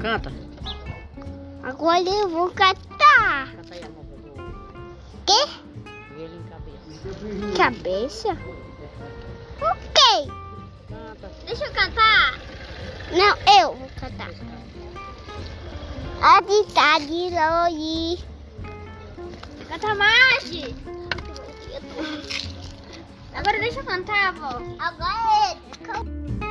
Canta. Agora eu vou catar. Canta aí a música do Quê? Ele em Cabeça. Cabeça? Ok. Canta. Deixa eu cantar. Não, eu vou cantar. Aditadi loi. tá Canta mais. Agora deixa eu cantar, avó. Agora é.